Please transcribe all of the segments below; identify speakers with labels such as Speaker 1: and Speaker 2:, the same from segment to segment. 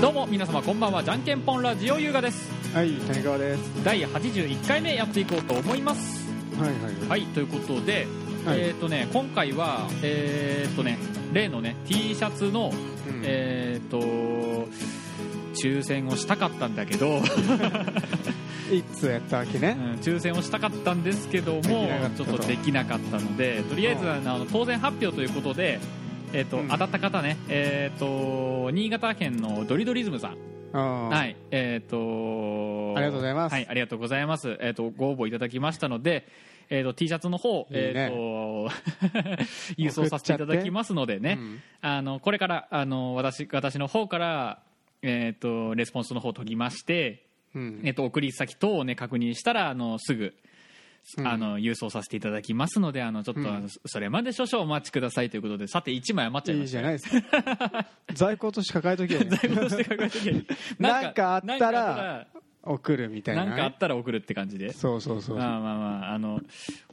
Speaker 1: どうも皆様こんばんはじゃんけんぽんラジオ優雅です
Speaker 2: はい、谷川です。
Speaker 1: 第81回目やっていこうと思います
Speaker 2: はいはい。
Speaker 1: はいということで、
Speaker 2: はい
Speaker 1: えっ、とね今回はえっ、とね例のね T シャツの、
Speaker 2: うん
Speaker 1: えっ、と抽選をしたかったんだけ ど、
Speaker 2: いつやったわけ
Speaker 1: う
Speaker 2: ね。
Speaker 1: ん抽選をしたかったんですけども
Speaker 2: できなかった
Speaker 1: ちょ
Speaker 2: と
Speaker 1: っとできなかったのでとりあえず
Speaker 2: うん
Speaker 1: あの当選発表ということで、えっと
Speaker 2: うん
Speaker 1: 当たった方ね、えっと新潟県のドリドリズムさん
Speaker 2: うん
Speaker 1: はい、えっ、と
Speaker 2: ありがとうございます
Speaker 1: はい、ありがとうございます。えっ、と、ご応募いただきましたので、えっ、と、T シャツの方、えっ、 と、郵送させていただきますのでね、
Speaker 2: うん
Speaker 1: あの、これから、あの、私、私の方から、えっ、と、レスポンスの方を取りまして、
Speaker 2: うん
Speaker 1: えっ、と、送り先等をね、確認したら、あの、すぐ、
Speaker 2: うん
Speaker 1: あの郵送させていただきますのであのちょっと、あのそれまで少々お待ちくださいということでさて1枚余っちゃい
Speaker 2: い
Speaker 1: ま
Speaker 2: い
Speaker 1: し
Speaker 2: じ
Speaker 1: た
Speaker 2: ゃない ですか。在庫として抱えときよね。
Speaker 1: 在庫として抱えてけ
Speaker 2: なんかあった
Speaker 1: な
Speaker 2: ら
Speaker 1: んかあったら
Speaker 2: 送るみたいな
Speaker 1: な
Speaker 2: ね。
Speaker 1: んかあったら送るって感じで。
Speaker 2: そうそうそう。
Speaker 1: まあまあまあ、あの、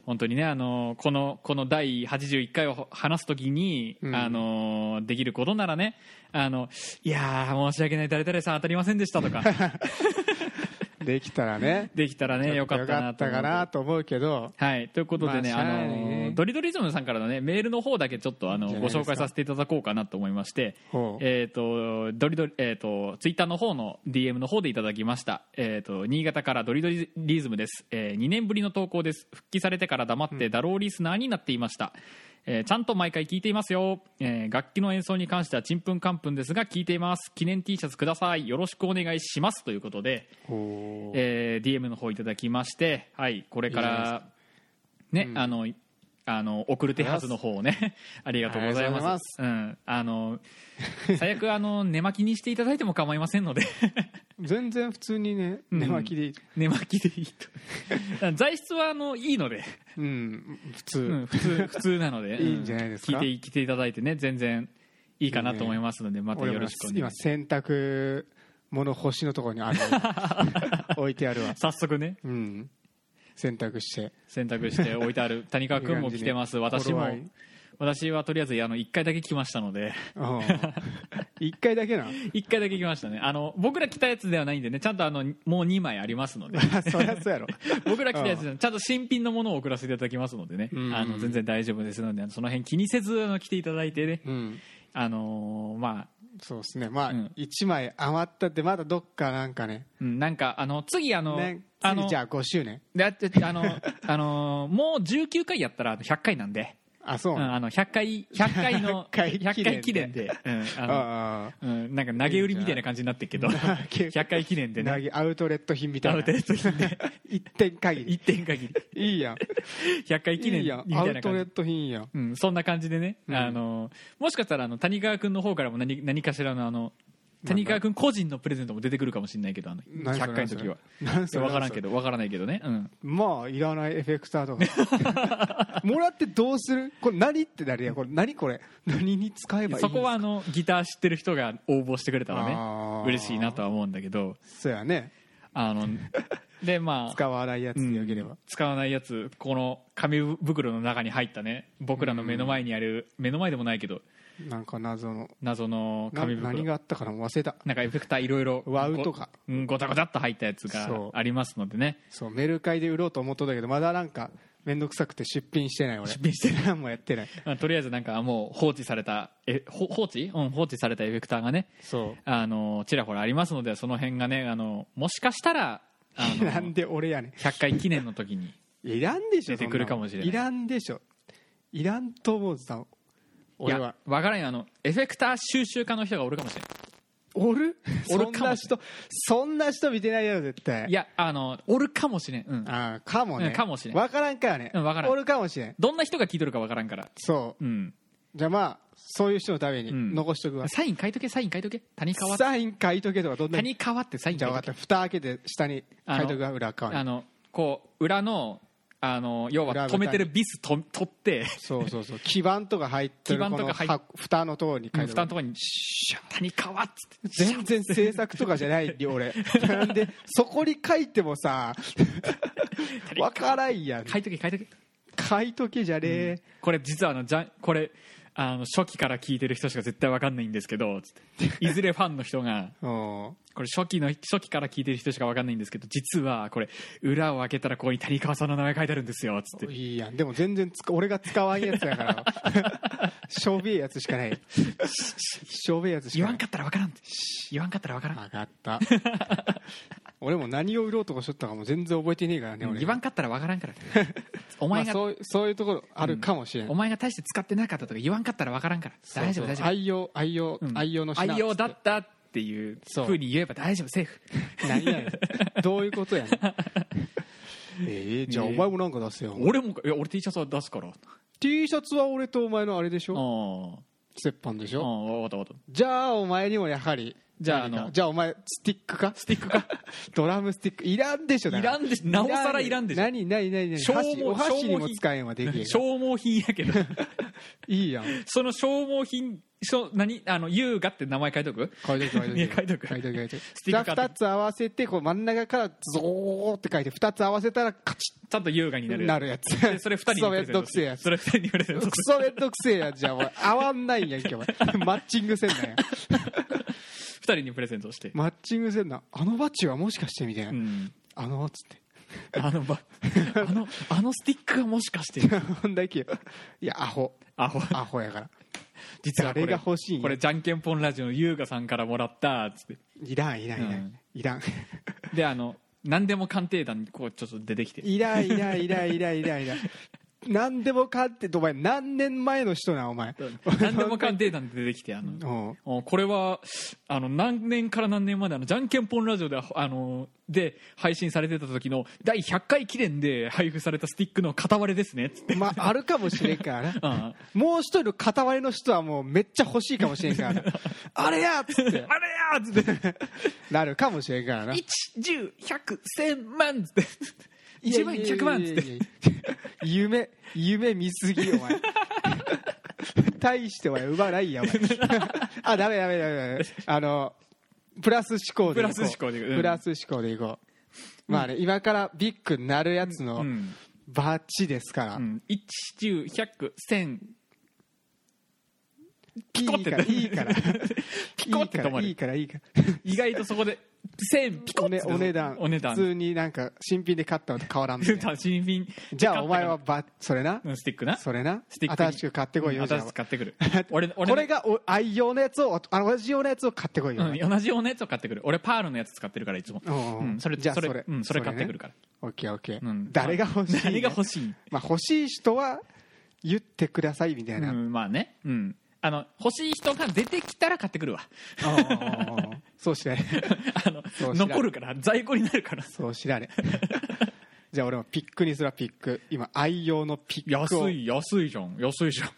Speaker 1: 本当にね、あの、この、この第81回を話すときに、
Speaker 2: うん
Speaker 1: あの、できることならね、あの、いやー、申し訳ない、誰々さん当たりませんでしたとか、
Speaker 2: できたらね。
Speaker 1: できたらね、よかったなと思う
Speaker 2: よかったかなと思うけど。
Speaker 1: はい、ということでね、
Speaker 2: まあ
Speaker 1: あ
Speaker 2: しゃあないね
Speaker 1: の、ドリドリズムさんからのね、メールの方だけちょっと、あ
Speaker 2: いいん
Speaker 1: の、
Speaker 2: じゃない
Speaker 1: ご
Speaker 2: ですか
Speaker 1: 紹介させていただこうかなと思いまして、
Speaker 2: ほう
Speaker 1: えっ、と、ドリドリ、えっ、と、ツイッターの方の DM の方でいただきました。えっ、と、新潟からドリドリズムです。え2年ぶりの投稿です。復帰されてから黙ってダローリスナーになっていました。えーちゃんと毎回聞いていますよ、えー楽器の演奏に関してはちんぷんかんぷんですが聞いています記念 T シャツくださいよろしくお願いしますということで、
Speaker 2: ほう
Speaker 1: えー DM の方いただきまして、はい、これからね、あのあの送る手はずの方をねありがとうございますうん、あの最悪あの 寝巻きにしていただいても構いませんので
Speaker 2: 全然普通にね、
Speaker 1: ん
Speaker 2: 寝巻きでいい。
Speaker 1: 寝巻きでいい と材質はあのいいので、
Speaker 2: うん、普
Speaker 1: う
Speaker 2: 通。
Speaker 1: ん、普通普通なので
Speaker 2: いいんじゃないですか
Speaker 1: うん聞いて聞いていただいてね全然いいかなと思いますのでまた
Speaker 2: 俺
Speaker 1: よ
Speaker 2: も
Speaker 1: ろしくお願いしま
Speaker 2: 今
Speaker 1: す
Speaker 2: 洗濯物干しのところに ある。置いてあるわ。
Speaker 1: 早速ね
Speaker 2: うん。洗濯して。
Speaker 1: 選択 して置いてある谷川君も来てます
Speaker 2: いい感じ
Speaker 1: 私
Speaker 2: ね
Speaker 1: も
Speaker 2: 頃合い
Speaker 1: 私はとりあえずあの1回だけ来ましたので
Speaker 2: うん 一回だけな。
Speaker 1: 1回だけ来ましたねあの僕ら来たやつではないんでねちゃんとあのもう2枚あります ので
Speaker 2: そりゃそうやろ。
Speaker 1: 僕ら来たやつじゃないちゃんと新品のものを送らせていただきますのでね
Speaker 2: うん
Speaker 1: あの全然大丈夫ですのであのその辺気にせずあの来ていただいてね
Speaker 2: うん。
Speaker 1: あのーまあ
Speaker 2: そうですね。まあ
Speaker 1: うん、
Speaker 2: 一、枚余ったって、まだどっかなんかね。
Speaker 1: うんなんかあの次あの
Speaker 2: ね、
Speaker 1: あ
Speaker 2: 次
Speaker 1: の
Speaker 2: じゃあ5周年。
Speaker 1: だってあのあのーもう19回やったらあと100回なんで、
Speaker 2: あ、そうう。
Speaker 1: んあの100回100回の
Speaker 2: 100回
Speaker 1: 100
Speaker 2: 記念で
Speaker 1: 回記念で、うんあの
Speaker 2: あ
Speaker 1: うん、なんか投げ売りみたいな感じになってるけど
Speaker 2: げ
Speaker 1: 100回記念で
Speaker 2: あ、投
Speaker 1: ね
Speaker 2: げアウトレット品みた
Speaker 1: ア
Speaker 2: い
Speaker 1: ウ
Speaker 2: な
Speaker 1: ト。レット品で
Speaker 2: 一点限り
Speaker 1: 一。点限
Speaker 2: いいやん。
Speaker 1: り100回記
Speaker 2: い
Speaker 1: 念
Speaker 2: い
Speaker 1: み
Speaker 2: やん。
Speaker 1: た
Speaker 2: ア
Speaker 1: い
Speaker 2: ウ
Speaker 1: な
Speaker 2: トレ
Speaker 1: 感
Speaker 2: ッ
Speaker 1: じ
Speaker 2: ト品やん。
Speaker 1: うん、そんな感じでね、
Speaker 2: うん
Speaker 1: あのもしかしたらあの谷川君の方からも何何かしらのあの谷川君個人のプレゼントも出てくるかもしれないけどあの
Speaker 2: 何それ
Speaker 1: 100回の時は
Speaker 2: 何
Speaker 1: い
Speaker 2: そ
Speaker 1: や
Speaker 2: れ
Speaker 1: 分からんけど分からないけどね、うん、
Speaker 2: まあ、いらないエフェクターと か。もらってどうするこれ何ってなるやん。これ何これ。何に使えばいい
Speaker 1: そこはあのギター知ってる人が応募してくれたら
Speaker 2: あ
Speaker 1: ね
Speaker 2: ー
Speaker 1: 嬉しいなとは思うんだけど
Speaker 2: そうやね。
Speaker 1: あ のでまあ
Speaker 2: 使わないやつでよければ。
Speaker 1: 使わないやつこの紙袋の中に入ったね僕らの目の前にある、目の前でもないけど
Speaker 2: なんか謎の。
Speaker 1: 謎の
Speaker 2: な
Speaker 1: 紙袋
Speaker 2: 何があったかな忘れた。
Speaker 1: なんかエフェクターいろいろ
Speaker 2: ワウとか
Speaker 1: ごうんごたごたっと入ったやつが
Speaker 2: そう
Speaker 1: ありますのでね
Speaker 2: そうメルカリで売ろうと思っとったけどまだなんか面倒くさくて出品してない俺
Speaker 1: 出品して
Speaker 2: ない何もやってない
Speaker 1: まあとりあえずなんかもう放置されたえほ放置、うん、放置されたエフェクターがね
Speaker 2: そ
Speaker 1: あのちらほらありますのでその辺がねあのもしかしたらあ
Speaker 2: うなん
Speaker 1: の
Speaker 2: で俺やね
Speaker 1: 100回記念の時に
Speaker 2: んいらんでしょ
Speaker 1: 出てくるかもしれない
Speaker 2: そんなのいらんでしょいらんと思うさ
Speaker 1: い
Speaker 2: 俺
Speaker 1: や
Speaker 2: は
Speaker 1: 分からんよあのエフェクター収集家の人がおるかもしれない
Speaker 2: おる
Speaker 1: おる
Speaker 2: そん
Speaker 1: かも
Speaker 2: な
Speaker 1: し
Speaker 2: 人そんな人見てないやろ絶対
Speaker 1: いやあのおるかもしれん、うん、
Speaker 2: あーかも
Speaker 1: う
Speaker 2: ね
Speaker 1: んかもしれん
Speaker 2: 分からんからね
Speaker 1: うんわからん
Speaker 2: おるかもしれん
Speaker 1: どんな人が聞いとるかわからんから。
Speaker 2: そう
Speaker 1: うん。
Speaker 2: じゃあまあそういう人のために
Speaker 1: うん
Speaker 2: 残しとくわ、
Speaker 1: サイン書いとけ、サイン書いとけ。谷川。
Speaker 2: サイン書いとけとかどんな
Speaker 1: 谷川ってサイン
Speaker 2: じ
Speaker 1: 書
Speaker 2: ゃあ
Speaker 1: い
Speaker 2: 分
Speaker 1: と
Speaker 2: かっ
Speaker 1: け。
Speaker 2: た蓋開けて下に書いとくわ裏側
Speaker 1: あ
Speaker 2: に
Speaker 1: の、こう、裏の、あの、要は
Speaker 2: 裏
Speaker 1: 止
Speaker 2: 蓋
Speaker 1: めてるビスと取 って、
Speaker 2: そうそうそう基板とか入ってる
Speaker 1: 基板
Speaker 2: こと
Speaker 1: か
Speaker 2: の
Speaker 1: 入っ
Speaker 2: 箱蓋のところに書いて
Speaker 1: 蓋の
Speaker 2: ある
Speaker 1: とこに、シャー谷川っつって。
Speaker 2: 全然制作とかじ ゃないよ俺なんでそこに書いてもさわからんやん
Speaker 1: 書いとけ、書いとけ。
Speaker 2: 書いとけじゃねえ
Speaker 1: これ実はあの、じゃん、これ、あの初期から聞いてる人しか絶対わかんないんですけどつっていずれファンの人が
Speaker 2: うん
Speaker 1: これ初期の初期から聞いてる人しかわかんないんですけど実はこれ裏を開けたらここに谷川さんの名前書いてあるんですよつって
Speaker 2: いいやんでも全然つか俺が使わんやつやから しょべえやつしかないしょべえやつし
Speaker 1: 言わ
Speaker 2: かない
Speaker 1: んかったらわからんって言わんかったらわからん
Speaker 2: 分かった俺も何を売ろうとかしとったかも全然覚えてねえからね俺
Speaker 1: 言わんかったらわからん からお
Speaker 2: お
Speaker 1: 前が、
Speaker 2: そういそういうところあるかもしれない、
Speaker 1: お前が大して使ってなかったとか言わんかったらわからんから大丈夫大丈夫
Speaker 2: 愛用愛用、
Speaker 1: うん
Speaker 2: 愛用の品
Speaker 1: 愛用だったっていう
Speaker 2: そう
Speaker 1: ふうに言えば大丈夫セーフ
Speaker 2: 何やね んどういうことやねんえー、じゃあお前もなんか出せよ、
Speaker 1: 俺もいや俺 T シャツは出すから
Speaker 2: T シャツは俺とお前のあれでしょ
Speaker 1: あ
Speaker 2: 折半でし
Speaker 1: あわ
Speaker 2: ょ
Speaker 1: かったわかった
Speaker 2: じゃあお前にもやはり
Speaker 1: じゃあ
Speaker 2: 何か
Speaker 1: あの
Speaker 2: じゃあお前スティックか
Speaker 1: スティックか
Speaker 2: ドラムスティックいらんでしょだから
Speaker 1: いらんでしょなおさらいらんでしょ
Speaker 2: 何何何何
Speaker 1: 消耗
Speaker 2: 箸お箸にも使えんわできへん
Speaker 1: 消耗品やけ ど
Speaker 2: いいやん
Speaker 1: その消耗品しょ何あの優雅って名前書いとく
Speaker 2: 書いとく書いとく
Speaker 1: いや書いとく
Speaker 2: 書いとく書いとく
Speaker 1: スティ
Speaker 2: じゃ
Speaker 1: ッ
Speaker 2: あ
Speaker 1: ク買っ
Speaker 2: 2
Speaker 1: て
Speaker 2: つ合わせてこう真ん中からゾーって書いて2つ合わせたらカチ
Speaker 1: ちゃんと優雅にな
Speaker 2: ッ
Speaker 1: る
Speaker 2: なるやつ
Speaker 1: でそれ二人に
Speaker 2: クソ
Speaker 1: プ
Speaker 2: め
Speaker 1: レ
Speaker 2: ん
Speaker 1: ゼン
Speaker 2: ど
Speaker 1: ト
Speaker 2: くせえやつ
Speaker 1: それ二人にプレゼント
Speaker 2: クソめんどくせえやつじゃんお前合わんないやん けお前マッチングせんなや
Speaker 1: 二人にプレゼントして、
Speaker 2: マッチングせんなあのバッジはもしかしてみたいな、
Speaker 1: うん
Speaker 2: あのっつって
Speaker 1: あのばあのあのスティックがもしか して
Speaker 2: 本題きよいやアホ
Speaker 1: アホ
Speaker 2: アホやから
Speaker 1: 実はこれ
Speaker 2: 誰が欲しいんや
Speaker 1: これじゃんけんぽんラジオの優雅さんからもらったつって
Speaker 2: いらんいらんいらん、
Speaker 1: うん
Speaker 2: いらん
Speaker 1: であの何でも鑑定団にこうちょっと出てきて
Speaker 2: いらんいらんいらんいらんいらんいらん何でも買ってお前何年前の人なんお前
Speaker 1: 何でも鑑定団で出てきてあの
Speaker 2: うん
Speaker 1: おこれはあの何年から何年まであのじゃんけんぽんラジオであので配信されてた時の第100回記念で配布されたスティックの片割れですねつって、
Speaker 2: まああるかもしれんか
Speaker 1: う
Speaker 2: らな
Speaker 1: ん、あ
Speaker 2: もう一人の片割れの人はもうめっちゃ欲しいかもしれ んからなあれやっつっ
Speaker 1: れ
Speaker 2: て
Speaker 1: やーつって
Speaker 2: なるかもしれんからな
Speaker 1: 101001000万つって1万100万つって
Speaker 2: いやいやいやいや 夢夢見すぎお前 大してお前奪わないやお前 あダメダメダメダメあのプラス思考でいこ
Speaker 1: プラ
Speaker 2: う
Speaker 1: ス思考でうん
Speaker 2: プラス思考でいこうまあね今からビッグになるやつ
Speaker 1: う
Speaker 2: の
Speaker 1: ん
Speaker 2: バッチですから、
Speaker 1: うん、11001001000
Speaker 2: いいからいいから
Speaker 1: ピコって止まる
Speaker 2: いいからいいから
Speaker 1: 意外とそこで1000ピコ
Speaker 2: お,、
Speaker 1: って
Speaker 2: ね、お値段
Speaker 1: お値段
Speaker 2: 普通になんか新品で買ったのと変わら んみたいな
Speaker 1: 新品
Speaker 2: じゃあお前はバッそれな
Speaker 1: うんスティックな
Speaker 2: それな
Speaker 1: スティックに
Speaker 2: 新しく買ってこいよ
Speaker 1: うん
Speaker 2: じゃ
Speaker 1: 新
Speaker 2: あ
Speaker 1: しく買ってくる 俺俺
Speaker 2: これがお愛用のやつをあ同じようなやつを買ってこいよ、
Speaker 1: うん、同じようなやつを買ってくる俺パールのやつ使ってるからいつも、
Speaker 2: うん
Speaker 1: うん、それ
Speaker 2: じゃあ
Speaker 1: それ
Speaker 2: それ
Speaker 1: うん、それ買ってくる
Speaker 2: そ
Speaker 1: から、
Speaker 2: オッケーオッケー、
Speaker 1: うん、
Speaker 2: 誰が欲しい、
Speaker 1: 誰が欲
Speaker 2: い、
Speaker 1: しい、
Speaker 2: まあ、欲しい人は言ってくださいみたいうな、
Speaker 1: ん、まあね、うん、あの欲しい人が出てきたら買ってくるわ
Speaker 2: うん そうしられ
Speaker 1: あの
Speaker 2: そう知らん
Speaker 1: 残るから在庫になるから
Speaker 2: そうしられ じゃあ俺もピックにするわピック今愛用のピックを
Speaker 1: 安い安いじゃん安いじゃん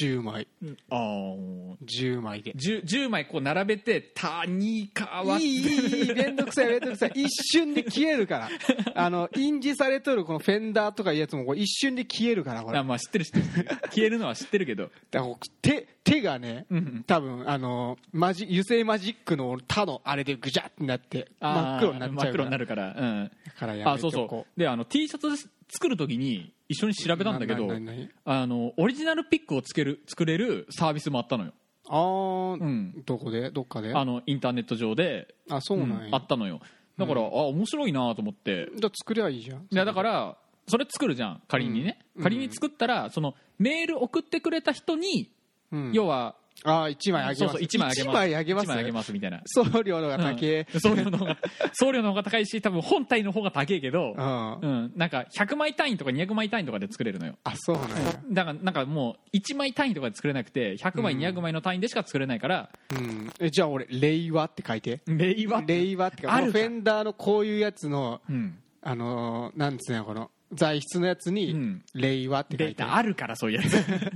Speaker 2: 10枚
Speaker 1: ああー
Speaker 2: 10枚で
Speaker 1: 10, 10枚こう並べて「谷川」
Speaker 2: いいいいいいめんどくさいめんどくさい一瞬で消えるからあの印字されとるこのフェンダーとかいうやつもこう一瞬で消えるからこれ
Speaker 1: あまあ知ってる知ってる 消えるのは知ってるけど
Speaker 2: だから手手がね、
Speaker 1: うんうん
Speaker 2: 多分あのマジ油性マジックの他のあれでぐじゃってなって真
Speaker 1: あー
Speaker 2: っ黒になっち
Speaker 1: 真
Speaker 2: ゃ
Speaker 1: っ
Speaker 2: うか
Speaker 1: 黒
Speaker 2: ら
Speaker 1: になるからうん
Speaker 2: だからや
Speaker 1: あ
Speaker 2: めと
Speaker 1: そう
Speaker 2: こ
Speaker 1: そうであの T シャツ作る時に一緒に調べたんだけど
Speaker 2: なななな
Speaker 1: あのオリジナルピックをつける作れるサービスもあったのよ
Speaker 2: あー、
Speaker 1: うん
Speaker 2: どこでどっかで
Speaker 1: あ
Speaker 2: あ
Speaker 1: のインターネット上で、
Speaker 2: そうなんや、
Speaker 1: うんあったのよだから、あ面白いなと思って
Speaker 2: じゃあ作りゃいいじゃん
Speaker 1: いやだからそれ作るじゃん仮にね、
Speaker 2: うん
Speaker 1: 仮に作ったらそのメール送ってくれた人に、
Speaker 2: うん
Speaker 1: 要は
Speaker 2: ああ1枚あげ
Speaker 1: そう
Speaker 2: ます
Speaker 1: そう1枚あげます
Speaker 2: 一枚あげます
Speaker 1: 一枚あげますみたいな
Speaker 2: 送料のが高え
Speaker 1: うん送料の方が送料の方が高いし多分本体の方が高いけど
Speaker 2: う、ん、
Speaker 1: うん、なんか100枚単位とか200枚単位とかで作れるのよ
Speaker 2: あそうなんや
Speaker 1: だからなんかもう1枚単位とかで作れなくて100枚、
Speaker 2: うん
Speaker 1: 200枚の単位でしか作れないから
Speaker 2: うんえじゃあ俺「令和」って書いて
Speaker 1: 令和
Speaker 2: 「令和」って書いて
Speaker 1: ある
Speaker 2: フ
Speaker 1: じゃん
Speaker 2: ェンダーのこういうやつの
Speaker 1: うん
Speaker 2: あのーなんつうのこの材質のやつ
Speaker 1: う
Speaker 2: に
Speaker 1: ん
Speaker 2: 「令和」って書
Speaker 1: デ
Speaker 2: い
Speaker 1: ー
Speaker 2: て
Speaker 1: タあるからそういうやつ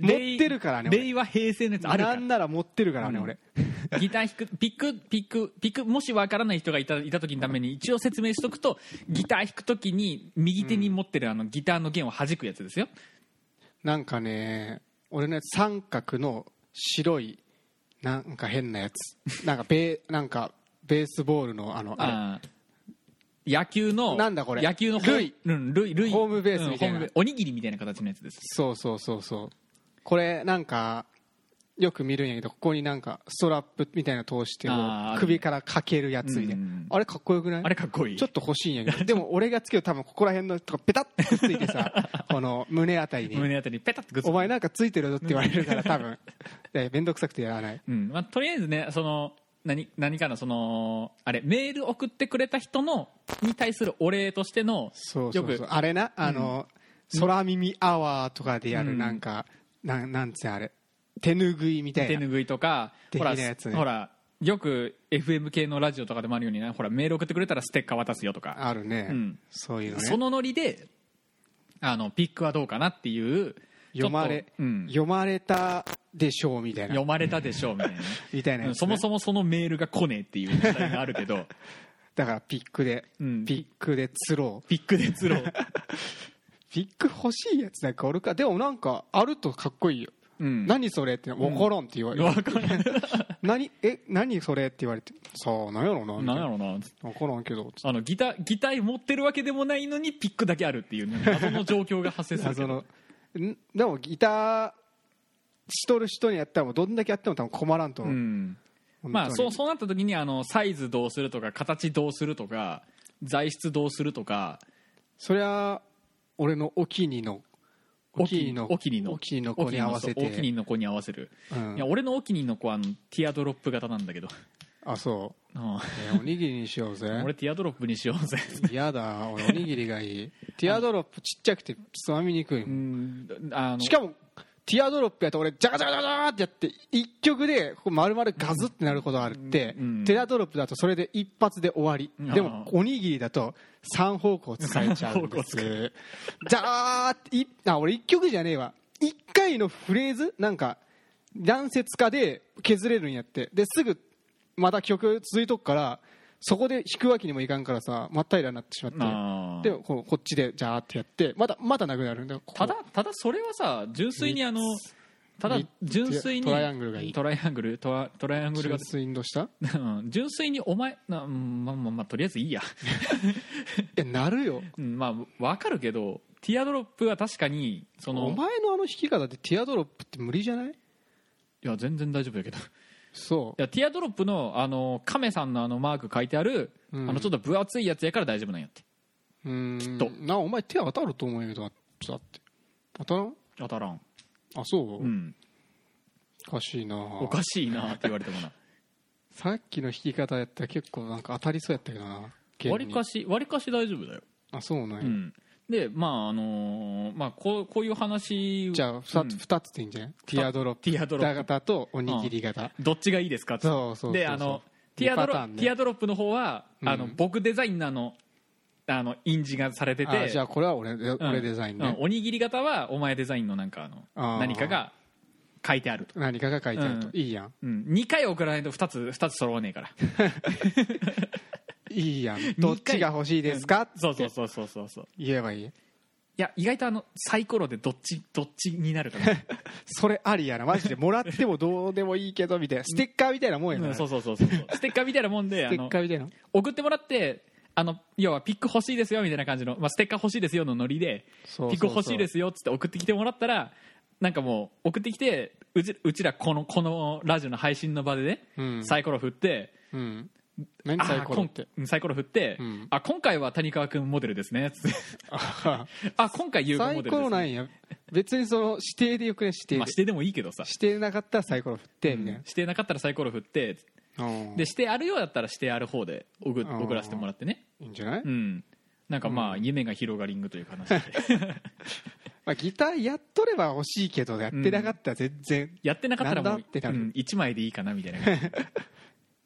Speaker 2: 持ってるからね俺
Speaker 1: 令和平成のやつあるか
Speaker 2: なんなら持ってるからね
Speaker 1: うん
Speaker 2: 俺
Speaker 1: らギター弾くピックピックピックもしわからない人がいたいた時のために一応説明しとくとギター弾く時に右手に持ってるあのギターの弦を弾くやつですよ
Speaker 2: なんかね俺ね三角の白いなんか変なや つなんかベーなんかベースボールのあの
Speaker 1: あ
Speaker 2: あ
Speaker 1: ー野球の
Speaker 2: なんだこれ
Speaker 1: 野球のホー
Speaker 2: ルイ
Speaker 1: うんルイルイ
Speaker 2: ホームベースみたい
Speaker 1: うんホ
Speaker 2: な
Speaker 1: ームベおにぎりみたいな形のやつです
Speaker 2: そうそうそうそうこれなんかよく見るんやけどここになんかストラップみたいなの通して
Speaker 1: あー
Speaker 2: 首からかけるやつみたいな
Speaker 1: うん
Speaker 2: あれかっこよくない
Speaker 1: あれかっこいい
Speaker 2: ちょっと欲しい んやけどでも俺がつけると多分ここら辺のとかペタッとくっついてさ この胸あたりに
Speaker 1: 胸あたりにペタッとグ
Speaker 2: 「
Speaker 1: ッ
Speaker 2: お前なんかついてるぞ」って言われる から多分え面倒くさくてやらない
Speaker 1: うんまあ、とりあえずねその何何かのそのあれメール送ってくれた人のに対するお礼としての
Speaker 2: そうそう
Speaker 1: よ
Speaker 2: そう
Speaker 1: く
Speaker 2: あれなあの、空耳アワーとかでや
Speaker 1: う
Speaker 2: る
Speaker 1: ん
Speaker 2: なんか、なんなんつうのあれ手ぬぐいみたい
Speaker 1: 手
Speaker 2: な
Speaker 1: 拭いとか
Speaker 2: 的
Speaker 1: ほら,、
Speaker 2: なやつね
Speaker 1: ほらよく FM 系のラジオとかでもあるようにねほらメール送ってくれたらステッカー渡すよとか、
Speaker 2: あるね、
Speaker 1: うん
Speaker 2: そういうの
Speaker 1: そ
Speaker 2: ね
Speaker 1: のノリであのピックはどうかなっていう
Speaker 2: 読ま
Speaker 1: ちょ
Speaker 2: れ
Speaker 1: っ、とうん、
Speaker 2: 読まれたでしょうみたいな
Speaker 1: 読まれたでしょうみたいなね
Speaker 2: みたいなや
Speaker 1: う
Speaker 2: つね
Speaker 1: んそもそもそのメールが来ねえっていう問題があるけ ど
Speaker 2: だからピックで、
Speaker 1: うん
Speaker 2: ピックで釣ろう
Speaker 1: ピックで釣ろう
Speaker 2: ピック欲しいやつなんかおるかでもなんかあるとかっこいいよ、
Speaker 1: うん
Speaker 2: 何それって分からんって言われて、
Speaker 1: わかんない
Speaker 2: 何え何それって言われてさあ何やろなみたい
Speaker 1: 何や
Speaker 2: な
Speaker 1: ろうな
Speaker 2: 分からんけど
Speaker 1: あのギターギター持ってるわけでもないのにピックだけあるっていう、ね、謎の状況が発生するけ
Speaker 2: 謎
Speaker 1: ど
Speaker 2: のんでもギターしとる人にやったらもうどんだけやっても多分困らんと
Speaker 1: う
Speaker 2: 思う、
Speaker 1: ん
Speaker 2: 本当
Speaker 1: ま
Speaker 2: に
Speaker 1: あそうそうなった時にあのサイズどうするとか形どうするとか材質どうするとか
Speaker 2: そりゃ俺のお気に入りの
Speaker 1: お気に
Speaker 2: お
Speaker 1: お
Speaker 2: 気
Speaker 1: 気に
Speaker 2: に入り
Speaker 1: の
Speaker 2: のお気に入りの子に合わせて
Speaker 1: お気に入りの子に合わせる、
Speaker 2: うん
Speaker 1: いや俺のお気に入りの子はあのティアドロップ型なんだけど、
Speaker 2: あそう
Speaker 1: うん
Speaker 2: えーおにぎりにしようぜ
Speaker 1: 俺ティアドロップにしようぜ
Speaker 2: やだ俺おにぎりがいいティアドロップちっちゃくてつまみにくいも
Speaker 1: うんんあの
Speaker 2: しかもティアドロップやと俺ジャカジャカジャカジャカってやって一曲でここ丸々ガズってなることがあるって、
Speaker 1: うん
Speaker 2: ティアドロップだとそれで一発で終わり、
Speaker 1: うん
Speaker 2: でもおにぎりだと3方向使えちゃうんです
Speaker 1: 三方
Speaker 2: ジャーっていあ俺一曲じゃねえわ一回のフレーズなんか断節化で削れるんやってですぐまた曲続いとくからそこで弾くわけにもいかんからさ真っ平らになってしまって
Speaker 1: あー
Speaker 2: でこうこっちでジャーってやってまだまだなくなるんだよここ
Speaker 1: ただただそれはさ純粋にあのただ
Speaker 2: リッ
Speaker 1: 純粋に
Speaker 2: トライアングルがいい
Speaker 1: トライアングルトラトライアング ルが
Speaker 2: スインドしたい
Speaker 1: うん純粋にお前なうんまあまあまあとりあえずいいや、
Speaker 2: やなるよ
Speaker 1: うんまあわかるけどティアドロップは確かにその
Speaker 2: お前のあの弾き方ってティアドロップって無理じゃない
Speaker 1: いや全然大丈夫だけどい
Speaker 2: そう
Speaker 1: やティアドロップのあのカメさんのあのマーク書いてある、
Speaker 2: うん
Speaker 1: あのちょっと分厚いやつやから大丈夫なんやって
Speaker 2: うーん
Speaker 1: きっと
Speaker 2: なお前手当たると思うんやけどだって当たらん
Speaker 1: 当たらん、
Speaker 2: あそう、
Speaker 1: うん、
Speaker 2: おかしいな
Speaker 1: おかしいなって言われて もな
Speaker 2: さっきの弾き方やったら結構なんか当たりそうやったけどな
Speaker 1: わりか
Speaker 2: し
Speaker 1: しわりかし大丈夫だよ、
Speaker 2: あそうなん
Speaker 1: う
Speaker 2: や、
Speaker 1: ん、でまああのーまあこうこういう話
Speaker 2: じゃあ 2,
Speaker 1: うん
Speaker 2: つ二つでいいんじゃないティアドロップ
Speaker 1: ティアドロップ
Speaker 2: 型とおにぎり型、
Speaker 1: どっちがいいですかって
Speaker 2: そうそうそうそう
Speaker 1: であのティアド
Speaker 2: 二パ
Speaker 1: ロ
Speaker 2: ターンね
Speaker 1: ティアドロップの方は、
Speaker 2: うん
Speaker 1: あの僕デザインなのあの印字がされてて
Speaker 2: あじゃあこれは俺,、
Speaker 1: うん
Speaker 2: 俺デザインね、
Speaker 1: うんおにぎり型はお前デザインのなんかあ
Speaker 2: あー
Speaker 1: の何かが書いてあると、
Speaker 2: 何かが書いてあると、
Speaker 1: うん
Speaker 2: いいやん
Speaker 1: うん、2回送らないと2つ二つ揃わねえから
Speaker 2: いいやんどっちが欲しいですか、
Speaker 1: そうそうそうそうそうそう
Speaker 2: 言えばいい
Speaker 1: いや意外とあのサイコロでどっちどっちになるか な、
Speaker 2: それありやなマジでもらってもどうでもいいけどみたいなステッカーみたいなもんやな、
Speaker 1: うんそう
Speaker 2: ス
Speaker 1: そうそうそうそうステッカーみたいなもんで
Speaker 2: テ
Speaker 1: あ
Speaker 2: ッ
Speaker 1: の
Speaker 2: カーみたいな
Speaker 1: 送ってもらってあの要はピック欲しいですよみたいな感じの、まあ、ステッカー欲しいですよのノリで
Speaker 2: そうそうそう
Speaker 1: ピック欲しいですよっつって送ってきてもらったらなんかもう送ってきてうちうちらこのこのラジオの配信の場でね、
Speaker 2: うん
Speaker 1: サイコロ振って
Speaker 2: うん何サイコロっ
Speaker 1: あ
Speaker 2: て
Speaker 1: こんサイコロ振って、
Speaker 2: うん
Speaker 1: あ今回は谷川君モデルですねつって
Speaker 2: あ
Speaker 1: あ 今回優子モ
Speaker 2: サ
Speaker 1: デル
Speaker 2: イ
Speaker 1: です、ね、
Speaker 2: コロなんや別にその指定でよくね指定で、
Speaker 1: まあ、してでもいいけどさ
Speaker 2: してなかったらサイコロ振ってみたい
Speaker 1: してなかったらサイコロ振って
Speaker 2: な、うん
Speaker 1: でしてあるようだったらしてある方で送
Speaker 2: あー
Speaker 1: 送らせてもらってね
Speaker 2: いいんじゃない、
Speaker 1: うんなんかまあ夢が広がりんぐというか話で
Speaker 2: まあ、ギターやっとれば欲しいけどやってなかったら全然
Speaker 1: やってなかったらも
Speaker 2: な
Speaker 1: うん
Speaker 2: だってなる
Speaker 1: うん1枚でいいかなみたいな感じ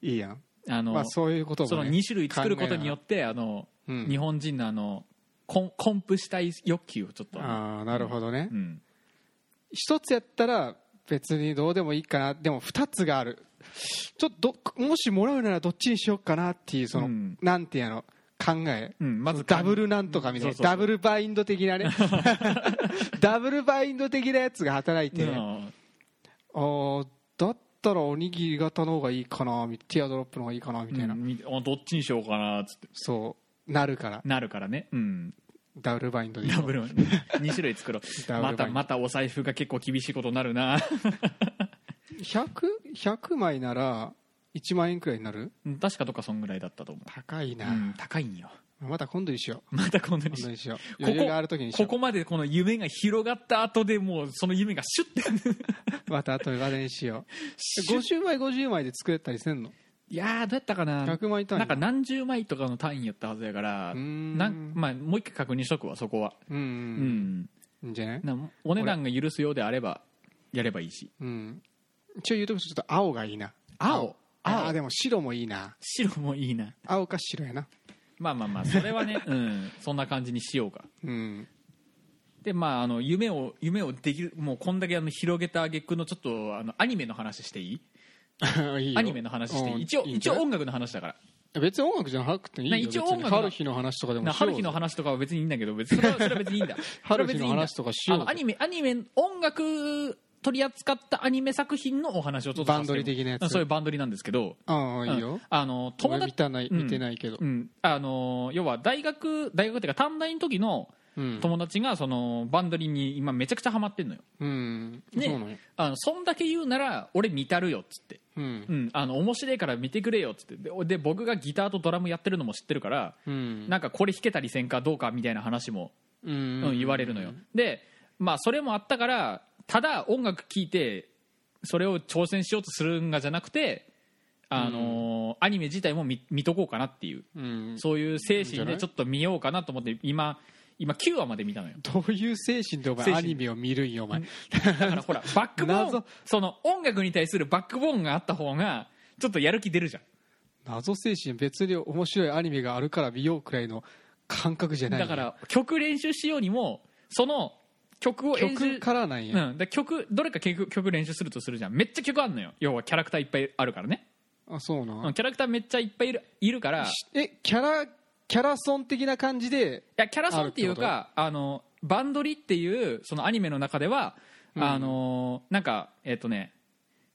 Speaker 2: いいやん
Speaker 1: あの、
Speaker 2: まあそういうことも、
Speaker 1: そ
Speaker 2: ね、
Speaker 1: の2種類作ることによってあの、
Speaker 2: うん
Speaker 1: 日本人のあのコンコンプしたい欲求をちょっと、
Speaker 2: ああなるほどね、
Speaker 1: うん、
Speaker 2: 一つやったら別にどうでもいいかなでも二つがあるちょっとどもしもらうならどっちにしようかなっていうその、
Speaker 1: うん
Speaker 2: なんていうの考え、
Speaker 1: うんまず
Speaker 2: ダブルなんとかみたいな
Speaker 1: そうそうそう
Speaker 2: ダブルバインド 的なねダブルバインド的なやつが働いて、
Speaker 1: う
Speaker 2: あ
Speaker 1: ん
Speaker 2: ーだったらおにぎり型の方がいいかなみティアドロップの方がいいかなみたいな、
Speaker 1: うんみあどっちにしようかなっつって
Speaker 2: そうなるから
Speaker 1: なるからね、うん、
Speaker 2: ダブルバインドで
Speaker 1: ダブル2 種類作ろ
Speaker 2: ダ
Speaker 1: う
Speaker 2: ブ
Speaker 1: ま
Speaker 2: ルバインド
Speaker 1: たまたお財布が結構厳しいことになるな
Speaker 2: 100, 100枚なら1万円くらいになる
Speaker 1: うん確かとかそんぐらいだったと思、
Speaker 2: 高いうな、
Speaker 1: うん、高いんよ
Speaker 2: また今度にしよ
Speaker 1: またこんな
Speaker 2: う
Speaker 1: に
Speaker 2: 今度にしよう
Speaker 1: ここ
Speaker 2: 余裕がある時にし
Speaker 1: こ
Speaker 2: よ
Speaker 1: こまでこの夢が広がった後でもうその夢がシュッ て
Speaker 2: うまた後までに しよう
Speaker 1: シュッ
Speaker 2: 50枚50枚で作れたりせんの
Speaker 1: いやーどうやったかな
Speaker 2: 100枚単位
Speaker 1: なんか何十枚とかの単位やったはずやから
Speaker 2: うーん
Speaker 1: なん、まあ、もう一回確認しとくわそこは
Speaker 2: うん
Speaker 1: う
Speaker 2: うん
Speaker 1: ん、
Speaker 2: いいんじゃない
Speaker 1: なお値段が許すようであればやればいいし
Speaker 2: うん一応言うとくとちょっと青がいいな
Speaker 1: 青
Speaker 2: ああ
Speaker 1: 青
Speaker 2: でも白もいいな
Speaker 1: 白もいいな
Speaker 2: 青か白やな
Speaker 1: まあまあまあそれは ね、うん、そんな感じにしようか
Speaker 2: うん
Speaker 1: でまああの夢を夢をできるもうこんだけあの広げた挙句のちょっとあのアニメの話していい
Speaker 2: いい よ
Speaker 1: アニメの話していい、
Speaker 2: うん
Speaker 1: 一応
Speaker 2: いいん
Speaker 1: 一
Speaker 2: じゃ
Speaker 1: 応
Speaker 2: ない
Speaker 1: 音楽の話だから
Speaker 2: 別に音楽じゃなくていいよ
Speaker 1: な一応
Speaker 2: 別
Speaker 1: 音
Speaker 2: に
Speaker 1: 楽の
Speaker 2: 春日の話とかでも
Speaker 1: な
Speaker 2: しよう
Speaker 1: 春
Speaker 2: ぜ
Speaker 1: 日の話とかは別にいいんだけど別にそれはそれは別に いいんだそれ
Speaker 2: 春
Speaker 1: は別
Speaker 2: 日
Speaker 1: に
Speaker 2: の
Speaker 1: いいんだ
Speaker 2: 話とかしよう
Speaker 1: あ
Speaker 2: ぜ
Speaker 1: のアニメアニメ音楽取り扱ったアニメ作品のお話をちょっとさせて
Speaker 2: バンドリ的なやつ
Speaker 1: うんそういうバンドリなんですけど
Speaker 2: ああいいうよ
Speaker 1: んあの友
Speaker 2: 俺
Speaker 1: 達
Speaker 2: 見たない
Speaker 1: うん
Speaker 2: 見てないけど
Speaker 1: うん、あの要は大学大学っていうか短大の時の
Speaker 2: うん
Speaker 1: 友達がそのバンドリに今めちゃくちゃハマってんのよ
Speaker 2: うん
Speaker 1: ね
Speaker 2: そうなんや
Speaker 1: あのそんだけ言うなら俺見たるよっつって、
Speaker 2: うん
Speaker 1: うん、あの面白いから見てくれよっつってでで僕がギターとドラムやってるのも知ってるから、
Speaker 2: うん
Speaker 1: なんかこれ弾けたりせんかどうかみたいな話も、う
Speaker 2: う
Speaker 1: んん言われるのよ、でまあそれもあったからただ音楽聴いてそれを挑戦しようとするんがじゃなくてあのーアニメ自体も見見とこうかなっていう
Speaker 2: うん
Speaker 1: そういう精
Speaker 2: いいんじ
Speaker 1: 神
Speaker 2: ゃな
Speaker 1: で
Speaker 2: い
Speaker 1: ちょっと見ようかなと思って今今9話まで見 たのよ
Speaker 2: どういう精神でお
Speaker 1: 精神
Speaker 2: 前アニメを見るんよお前
Speaker 1: だからほらバックボーン
Speaker 2: 謎
Speaker 1: その音楽に対するバックボーンがあった方がちょっとやる気出るじゃん
Speaker 2: 謎精神別に面白いアニメがあるから見ようくらいの感覚じゃないん
Speaker 1: だ
Speaker 2: や
Speaker 1: から曲練習しようにもその曲を演習
Speaker 2: 曲からなんや
Speaker 1: うん、で曲どれか曲曲練習するとするじゃんめっちゃ曲あんのよ要はキャラクターいっぱいあるからね、
Speaker 2: あそうな
Speaker 1: うんんキャラクターめっちゃいっぱいいるいるからい
Speaker 2: えキャラキャラソン的な感じで
Speaker 1: やキャラソンっていうかあのバンドリっていうそのアニメの中では、あのなんかえっ、とね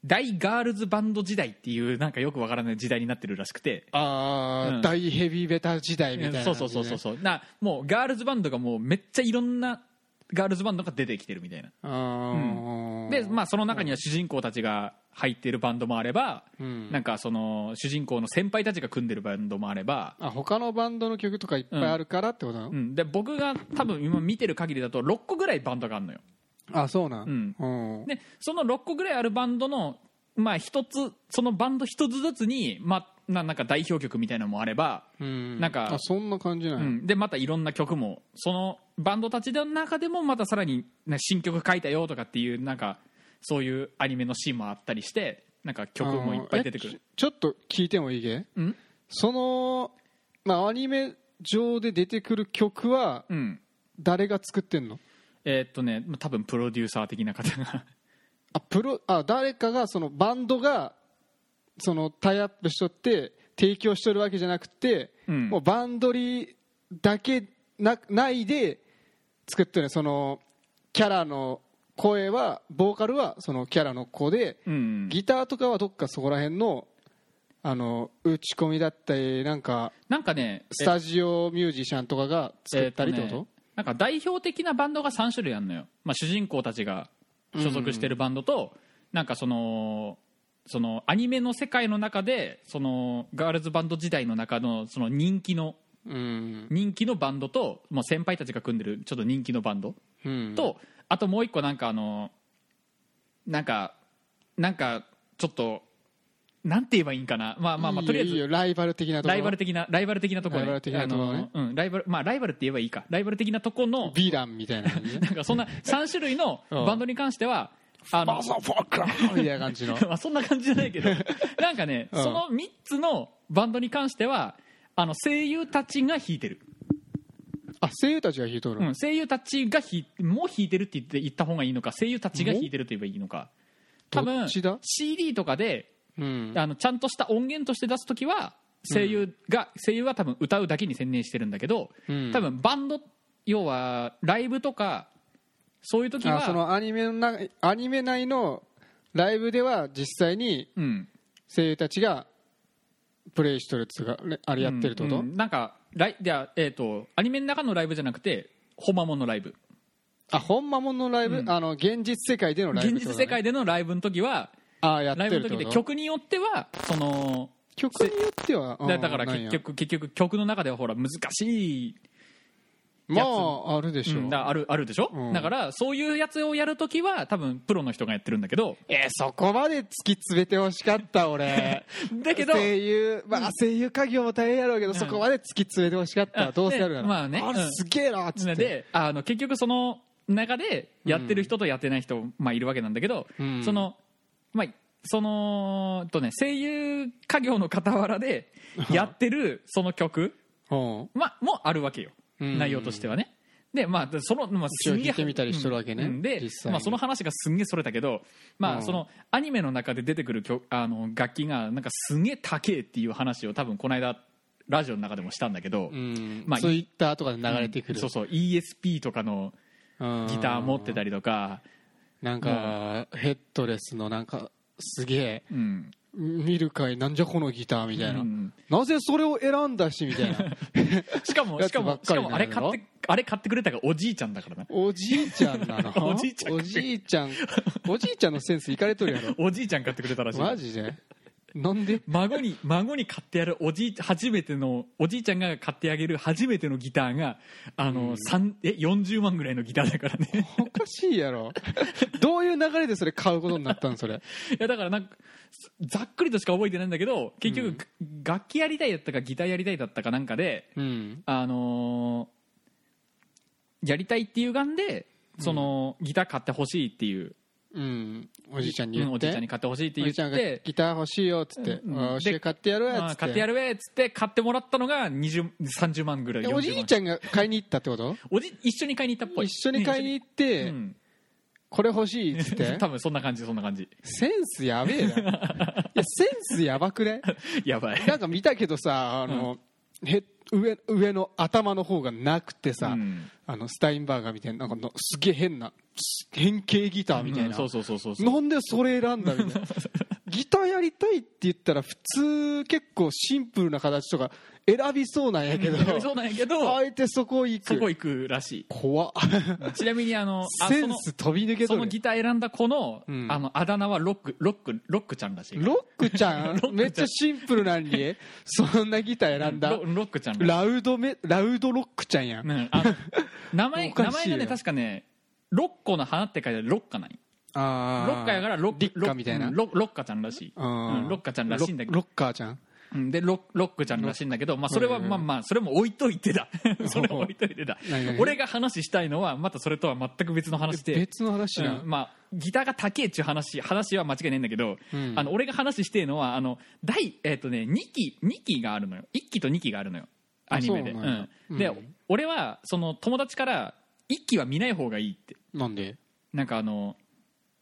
Speaker 1: 大ガールズバンド時代っていうなんかよくわからない時代になってるらしくて
Speaker 2: あー
Speaker 1: うん
Speaker 2: 大ヘビーベタ時代みたいな
Speaker 1: そうそうそうそう
Speaker 2: う
Speaker 1: そうなもうガールズバンドがもうめっちゃいろんなガールズバンドが出てきてるみたいな
Speaker 2: あ
Speaker 1: で、ま
Speaker 2: あ
Speaker 1: あ、その中には主人公たちが入っているバンドもあれば、
Speaker 2: うん
Speaker 1: なんかその主人公の先輩たちが組んでるバンドもあれば、
Speaker 2: あ他のバンドの曲とかいっぱいあるからってことなの、
Speaker 1: うん、で僕が多分今見てる限りだと6個ぐらいバンドがあるのよ
Speaker 2: あそうなん、うん
Speaker 1: でその6個ぐらいあるバンドのまあ一つそのバンド一つずつに、まあ、ななんか代表曲みたいなのもあれば、
Speaker 2: うん
Speaker 1: なんか
Speaker 2: あそんな感じなん
Speaker 1: う
Speaker 2: や、
Speaker 1: ん、でまたいろんな曲もそのバンドたちの中でもまたさらに、ね、新曲書いたよとかっていうなんかそういうアニメのシーンもあったりしてなんか曲もいっぱい出てく
Speaker 2: あーえ
Speaker 1: る
Speaker 2: ちょちょっと聞いてもいいげ
Speaker 1: うん
Speaker 2: その、まあ、アニメ上で出てくる曲は
Speaker 1: うん
Speaker 2: 誰が作ってんの
Speaker 1: えーっとねまあ多分プロデューサー的な方が
Speaker 2: あプロあ誰かがそのバンドがそのタイアップしとって提供しとるわけじゃなくて、
Speaker 1: うん
Speaker 2: もうバンドリだけなないで作ってるねそのキャラの声はボーカルはそのキャラの子で、
Speaker 1: うん
Speaker 2: ギターとかはどっかそこら辺のあの打ち込みだったりなんか
Speaker 1: なんかね
Speaker 2: スタジオミュージシャンとかが作ったりってこ
Speaker 1: えー
Speaker 2: と
Speaker 1: ね、なんか代表的なバンドが3種類あるのよ、まあ、主人公たちが所属してるバンドと、なんかそのそのアニメの世界の中でそのガールズバンド時代の中のその人気の
Speaker 2: うん
Speaker 1: 人気のバンドと、まあ、先輩たちが組んでるちょっと人気のバンド
Speaker 2: うん
Speaker 1: と、あともう一個なんかあのなんかなんかちょっとなんて言えばいいんかなまあまあまあとりあえ
Speaker 2: いい
Speaker 1: ず
Speaker 2: よいいよライバル的なところ
Speaker 1: ライバル的なライバル的なところね
Speaker 2: ライバル的なところね
Speaker 1: あのうんライバルまあライバルって言えばいいかライバル的なところの
Speaker 2: ヴィランみたいな感じね
Speaker 1: なんかそんな3種類の
Speaker 2: うん
Speaker 1: バンドに関してはあの
Speaker 2: マザーファーカーみたいな 感じの
Speaker 1: まあそんな感じじゃないけ どなんかね
Speaker 2: うん
Speaker 1: その3つのバンドに関してはあの声優たちが弾いてる、
Speaker 2: あ声優たちが弾いとる、
Speaker 1: うん、声優たちが弾いもう弾いてるって言って言った方がいいのか声優たちが弾いてると言えばいいのか多
Speaker 2: ど
Speaker 1: 分
Speaker 2: っちだ
Speaker 1: CD とかで
Speaker 2: うん
Speaker 1: あのちゃんとした音源として出す時は声優が、声優は多分歌うだけに専念してるんだけど、
Speaker 2: うん
Speaker 1: 多分バンド要はライブとかそういう時
Speaker 2: あ
Speaker 1: は
Speaker 2: そのアニメのなアニメ内のライブでは実際に
Speaker 1: うん
Speaker 2: 声優たちがプレイしとるっつうかねあれやってるってこと、
Speaker 1: うんうんなんかライじゃあえっ、とアニメの中のライブじゃなくて本間もんのライブ
Speaker 2: あ本間もんのライブ、あの現実世界でのライ
Speaker 1: 現
Speaker 2: ブって
Speaker 1: 実
Speaker 2: ことね、
Speaker 1: 世界でのライブの時は
Speaker 2: あーやっ
Speaker 1: ラ
Speaker 2: て
Speaker 1: イブ
Speaker 2: る
Speaker 1: の
Speaker 2: っ
Speaker 1: 時
Speaker 2: てこ
Speaker 1: で
Speaker 2: と
Speaker 1: 曲によってはその
Speaker 2: 曲によってはうん
Speaker 1: だだから
Speaker 2: なん
Speaker 1: 結
Speaker 2: や
Speaker 1: 局結局曲の中ではほら難しい
Speaker 2: まああるでしょ
Speaker 1: う
Speaker 2: う、
Speaker 1: んだあるあるでしょ、
Speaker 2: うん
Speaker 1: だからそういうやつをやるときは多分プロの人がやってるんだけど
Speaker 2: えーそこまで突き詰めてほしかった俺
Speaker 1: だけど
Speaker 2: 声優まあ声優家業も大変やろうけど、そこまで突き詰めてほしかった
Speaker 1: うん
Speaker 2: らどうせやるから
Speaker 1: でまあね
Speaker 2: れ
Speaker 1: うん
Speaker 2: すげえなっつって
Speaker 1: であの結局その中でやってる人とやってない人、まあ、いるわけなんだけど、
Speaker 2: うん
Speaker 1: そのまあそのとね声優家業の傍ら でやってるその曲、
Speaker 2: うん
Speaker 1: まあ、もあるわけよ、
Speaker 2: うん
Speaker 1: 内容としてはねでまあでその、まあ、すんげ
Speaker 2: 一応弾いてみたりしてるわけね
Speaker 1: うんうんで
Speaker 2: 実、際に
Speaker 1: まあ、その話がすんげえそれたけど、ま
Speaker 2: う
Speaker 1: あ、
Speaker 2: ん
Speaker 1: そのアニメの中で出てくる曲あの楽器がなんかすんげえ高えっていう話を多分この間ラジオの中でもしたんだけど、
Speaker 2: うん
Speaker 1: まあ
Speaker 2: ツイッターとかで流れてくる、
Speaker 1: そうそう ESP とかの
Speaker 2: うん
Speaker 1: ギター持ってたりとか、
Speaker 2: なんかヘッドレスのなんかすげえ
Speaker 1: うん、
Speaker 2: 見るかいなんじゃこのギターみたいな、
Speaker 1: うん
Speaker 2: なぜそれを選んだしみたいな
Speaker 1: しかも
Speaker 2: や
Speaker 1: し
Speaker 2: つ
Speaker 1: か
Speaker 2: ば
Speaker 1: も
Speaker 2: っ
Speaker 1: し
Speaker 2: か
Speaker 1: か
Speaker 2: りな
Speaker 1: も
Speaker 2: の
Speaker 1: あれ買ってあれ買ってくれたがおじいちゃんだからな
Speaker 2: おじいちゃんなの
Speaker 1: おじいちゃん
Speaker 2: おじいちゃんおじいちゃんのセンスいかれとるや ろ
Speaker 1: おじいちゃん買ってくれたらしい
Speaker 2: マジでなんで
Speaker 1: 孫に孫に買ってやるおじい初めてのおじいちゃんが買ってあげる初めてのギターがあの、三え40万ぐらいのギターだから ね
Speaker 2: おかしいやろどういう流れでそれ買うことになったんそれ
Speaker 1: いやだからなんかすざっくりとしか覚えてないんだけど結局、楽器やりたいだったかギターやりたいだったかなんかで
Speaker 2: うん
Speaker 1: あのーやりたいっていうがんでその、ギター買ってほしいっていう
Speaker 2: うんおじいちゃんに言って、
Speaker 1: うんおじいちゃんに買ってほしいって言
Speaker 2: おじいちゃん
Speaker 1: っ
Speaker 2: が
Speaker 1: て
Speaker 2: ギター欲しいよっつって、
Speaker 1: うん
Speaker 2: あ教え
Speaker 1: で
Speaker 2: て買ってやる
Speaker 1: ま
Speaker 2: や
Speaker 1: あ
Speaker 2: つって
Speaker 1: 買ってやるべっつって買ってもらったのが20 30万ぐらい
Speaker 2: でおじ
Speaker 1: 40
Speaker 2: い
Speaker 1: 万
Speaker 2: ちゃんが買いに行ったってこと
Speaker 1: おじ一緒に買いに行ったっぽい
Speaker 2: 一緒に買いに行って、
Speaker 1: うん
Speaker 2: これ欲しいっつっ て
Speaker 1: 多分そんな感じそんな感じ
Speaker 2: センスやべ えないやセンス やばくね
Speaker 1: やばい
Speaker 2: なんか見たけどさあの、へ上上の頭の方がなくてさ、
Speaker 1: うん
Speaker 2: あのスタインバーガーみたいななんかのすげえ変な変形ギターみたいな、
Speaker 1: うんそうそうそうそうそう
Speaker 2: なんでそれ選んだみたいなギターやりたいって言ったら普通結構シンプルな形とか選びそうなんやけど
Speaker 1: そうなんやけど
Speaker 2: あえてそこ行く
Speaker 1: そこ行くらし
Speaker 2: 怖っ
Speaker 1: いちなみにあ のあ
Speaker 2: セ
Speaker 1: そ
Speaker 2: ン
Speaker 1: の
Speaker 2: ス飛び抜け
Speaker 1: そ
Speaker 2: と
Speaker 1: の
Speaker 2: る
Speaker 1: ギター選んだ子の,、
Speaker 2: うん
Speaker 1: あのあだ名はロックロックロックちゃんらしい
Speaker 2: ロックちゃ
Speaker 1: ロックちゃ
Speaker 2: ん
Speaker 1: ん
Speaker 2: めっちゃシンプルなのにそんなギター選んだ
Speaker 1: ロロックちゃんらしい
Speaker 2: ラウドめラウドロックちゃんやん、
Speaker 1: うんあ の名前
Speaker 2: お
Speaker 1: 名
Speaker 2: かし
Speaker 1: 前
Speaker 2: い
Speaker 1: が
Speaker 2: よ
Speaker 1: ね確かねロッコの花って書いてあるロッカなんよ
Speaker 2: あー
Speaker 1: ロッカやからロッ
Speaker 2: リッカみたいな
Speaker 1: ロッロッカちゃんらしい、
Speaker 2: あー
Speaker 1: うんロッカちゃんらしいんだけど
Speaker 2: ロロッカーちゃん
Speaker 1: うんでロロックちゃんらしいんだけど、まあ、それは
Speaker 2: うんうん
Speaker 1: まあまあそれも置いといてだ それは置いといてだ
Speaker 2: 何々
Speaker 1: 俺が話したいのはまたそれとは全く別の話で
Speaker 2: 別の話な、
Speaker 1: うんまあ、ギターが高えっちゅう話話は間違いないんだけど、
Speaker 2: うん
Speaker 1: あの俺が話してるのはあの第、えっとね、2期二期があるのよ1期と2期があるのよアニメで
Speaker 2: あそうなんや
Speaker 1: うんで
Speaker 2: うん
Speaker 1: 俺はその友達から1期は見ない方がいいって
Speaker 2: なんで
Speaker 1: なんかあの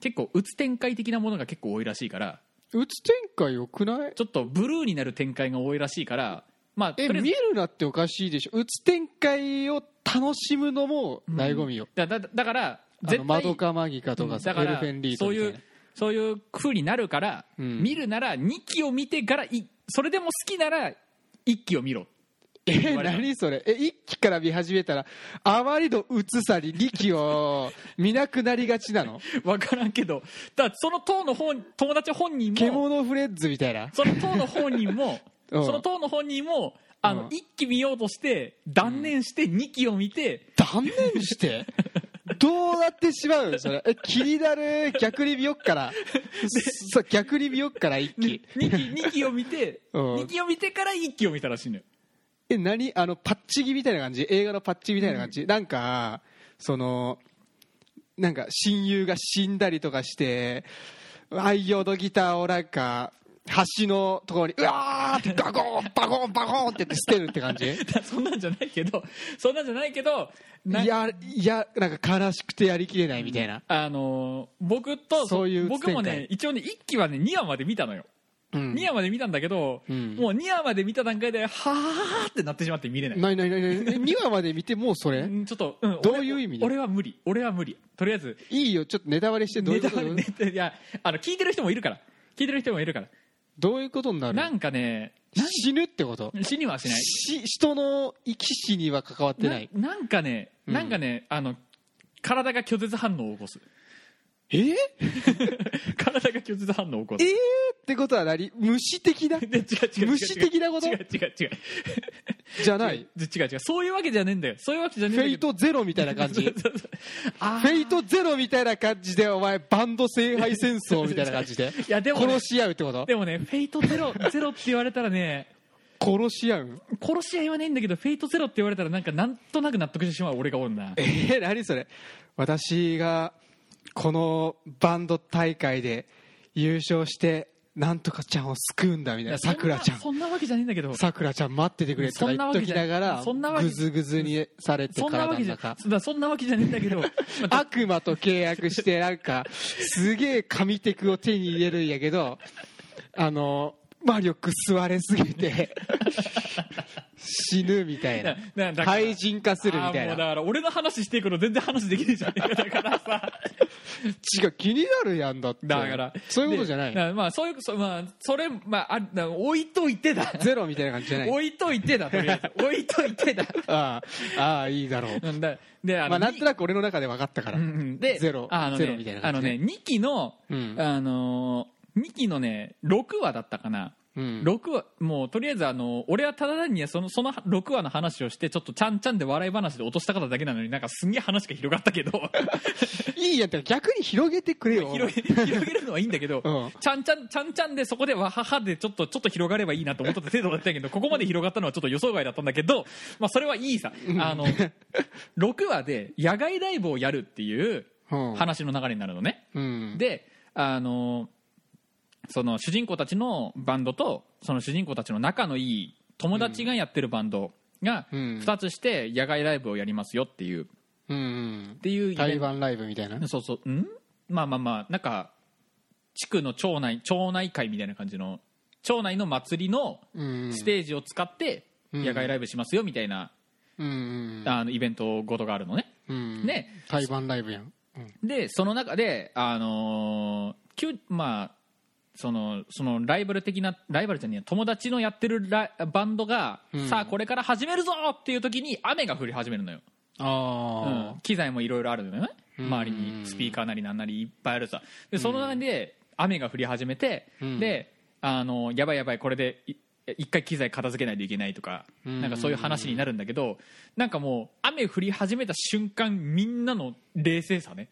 Speaker 1: 結構うつ展開的なものが結構多いらしいから
Speaker 2: うつ展開よくない
Speaker 1: ちょっとブルーになる展開が多いらしいからまあ
Speaker 2: え
Speaker 1: とりあえず
Speaker 2: 見るなっておかしいでしょうつ展開を楽しむのも醍醐味よ、
Speaker 1: だだだから
Speaker 2: あ
Speaker 1: 絶
Speaker 2: の
Speaker 1: 対
Speaker 2: マドカマギカとかさ、
Speaker 1: だか
Speaker 2: エル
Speaker 1: ら
Speaker 2: フェンリート
Speaker 1: そう
Speaker 2: みた
Speaker 1: い
Speaker 2: いうな
Speaker 1: そういう風になるから、
Speaker 2: うん
Speaker 1: 見るなら2期を見てからいそれでも好きなら1期を見ろ
Speaker 2: え何それえ一期から見始めたらあまりのうつさに二期を見なくなりがちなの
Speaker 1: 分からんけどだその党の方友達本人も
Speaker 2: 獣フレッズみたいな
Speaker 1: その党の本人も
Speaker 2: うん
Speaker 1: その党の本人もあの、
Speaker 2: うん
Speaker 1: 1期見ようとして断念して2期を見て、
Speaker 2: 断念してどうなってしまうのそれえ気になる逆に見よっからさ逆に見よっから一
Speaker 1: 二
Speaker 2: 気
Speaker 1: 2期二期を見て、
Speaker 2: うん
Speaker 1: 2期を見てから1期を見たらしいのよ
Speaker 2: え何あのパッチギみたいな感じ映画のパッチギみたいな感じ、なんかそのなんか親友が死んだりとかして愛用のギターをなんか橋のところにうわーってガゴンバゴンバゴンってやって捨てるって感じ
Speaker 1: だそんなんじゃないけどそんなんじゃないけどない
Speaker 2: やいやなんか悲しくてやりきれないみたいな、
Speaker 1: あのー僕と
Speaker 2: そういう
Speaker 1: 僕も
Speaker 2: 展
Speaker 1: ね
Speaker 2: 開
Speaker 1: 一応ね1期はね2話まで見たのよ、
Speaker 2: うん
Speaker 1: 2話まで見たんだけど、
Speaker 2: うん
Speaker 1: もう2話まで見た段階ではあってなってしまって見れない
Speaker 2: ないないないない2話まで見てもうそれ
Speaker 1: うんちょっと、うん、
Speaker 2: どういう意味で
Speaker 1: 俺俺は無理俺は無理とりあえず
Speaker 2: いいよちょっとネタバレしてどうい
Speaker 1: ネ
Speaker 2: うこ
Speaker 1: タ
Speaker 2: と
Speaker 1: ネタいやあの聞いてる人もいるから聞いてる人もいるから
Speaker 2: どういうことになる
Speaker 1: なんかねなん
Speaker 2: 死ぬってこと
Speaker 1: 死にはしない
Speaker 2: し人の生き死には関わってない
Speaker 1: ななんかね
Speaker 2: うん
Speaker 1: なんかね、あの体が拒絶反応を起こ す
Speaker 2: えー、
Speaker 1: 体が拒絶反応を起こ
Speaker 2: え
Speaker 1: す
Speaker 2: ーってことは何虫的 だ
Speaker 1: で違う違う違う違う
Speaker 2: 虫的なこと
Speaker 1: 違う違う違う
Speaker 2: じゃない
Speaker 1: 違う違うそういうわけじゃねえんだよそういうわけじゃね
Speaker 2: フ
Speaker 1: えんだ
Speaker 2: ェ
Speaker 1: け
Speaker 2: イ
Speaker 1: ど
Speaker 2: トゼロみたいな感 じフ
Speaker 1: そうそうそうあー
Speaker 2: ェイトゼロみたいな感じでお前バンド聖杯戦争みたいな感じで
Speaker 1: いやでもね
Speaker 2: 殺し合うってこと
Speaker 1: でもねフェイトゼロゼロって言われたらね
Speaker 2: 殺し合うん
Speaker 1: 殺し合いはねえんだけどフェイトゼロって言われたらなんかなんとなく納得してしまう俺がおるな
Speaker 2: えー、何それ私がこのバンド大会で優勝してなんとかちゃんを救うんだみたいなさくらちゃん
Speaker 1: そんなそなわけじゃねえんだけど
Speaker 2: さくらちゃん待っててくれとか言っときながら
Speaker 1: そんなわけ
Speaker 2: ぐ
Speaker 1: じ
Speaker 2: ずぐずにされて
Speaker 1: そんなわ
Speaker 2: 体
Speaker 1: け
Speaker 2: の
Speaker 1: じゃだか
Speaker 2: 中
Speaker 1: らそんなわけじゃねえんだ けどまあ
Speaker 2: 悪魔と契約してなんかすげえ神テクを手に入れるんやけどあの魔力吸われすぎて死ぬみたいな
Speaker 1: ななだから
Speaker 2: 廃人化するみた
Speaker 1: あー
Speaker 2: い
Speaker 1: もう
Speaker 2: な
Speaker 1: だから俺の話していくの全然話できないじゃねえかだからさ
Speaker 2: 違う気になるやんだって
Speaker 1: だから
Speaker 2: そういうことじゃな
Speaker 1: でだ
Speaker 2: い
Speaker 1: からまあそういうそ,、まあ、それ、まあ、あな置いといて だ
Speaker 2: ゼロみたいな感じじゃない
Speaker 1: 置いといてだとりあえ ず置いといてだ
Speaker 2: ああああいいだろう
Speaker 1: うんだであの
Speaker 2: まあなんとなく俺の中で分かったから
Speaker 1: うんうんで
Speaker 2: ゼロ
Speaker 1: あの
Speaker 2: ゼ
Speaker 1: ね
Speaker 2: ロみたいな
Speaker 1: あ
Speaker 2: 感
Speaker 1: の
Speaker 2: じね
Speaker 1: ね2期の、
Speaker 2: うん
Speaker 1: あの2期のね6話だったかな、
Speaker 2: うん
Speaker 1: 6話もうとりあえずあの俺はただ単にそのその6話の話をしてちょっとちゃんちゃんで笑い話で落としたかっただけなのになんかすんげえ話が広がったけど
Speaker 2: いいやんって逆に広げてくれよ
Speaker 1: 広げ 広げるのはいいんだけど、
Speaker 2: うん
Speaker 1: ちゃんちゃんちゃんちゃんでそこでわははでちょっとちょっと広がればいいなと思った程度だったんやけどここまで広がったのはちょっと予想外だったんだけど、まあ、それはいいさ、あ の6話で野外ライブをやるっていう
Speaker 2: うん
Speaker 1: 話の流れになるのね、
Speaker 2: うん
Speaker 1: であのその主人公たちのバンドとその主人公たちの仲のいい友達がやってるバンドが
Speaker 2: うん
Speaker 1: 2つして野外ライブをやりますよっていうっ
Speaker 2: うんうん
Speaker 1: ていうイベ
Speaker 2: 台
Speaker 1: ント
Speaker 2: 湾ライブみたいな
Speaker 1: そうそうんまあまあまあなんか地区の町内町内会みたいな感じの町内の祭りの
Speaker 2: うん
Speaker 1: ステージを使って
Speaker 2: うん
Speaker 1: 野外ライブしますよみたいな、
Speaker 2: うんうん
Speaker 1: あのイベントごとがあるのね
Speaker 2: うん
Speaker 1: ね
Speaker 2: 台湾ライブやんうん
Speaker 1: でその中であのーきゅまあそのそのライバル的なライバルじゃねえや友達のやってるラバンドが、
Speaker 2: うん
Speaker 1: さあこれから始めるぞっていう時に雨が降り始めるのよ、
Speaker 2: あ
Speaker 1: う
Speaker 2: あ
Speaker 1: ん機材もいろいろあるのよね
Speaker 2: うん
Speaker 1: 周りにスピーカーなりなんなりいっぱいあるさでその中で雨が降り始めて、
Speaker 2: うん
Speaker 1: であのやばいやばいこれでい一回機材片付けないといけないとか
Speaker 2: うん
Speaker 1: なんかそういう話になるんだけどなんかもう雨降り始めた瞬間みんなの冷静さね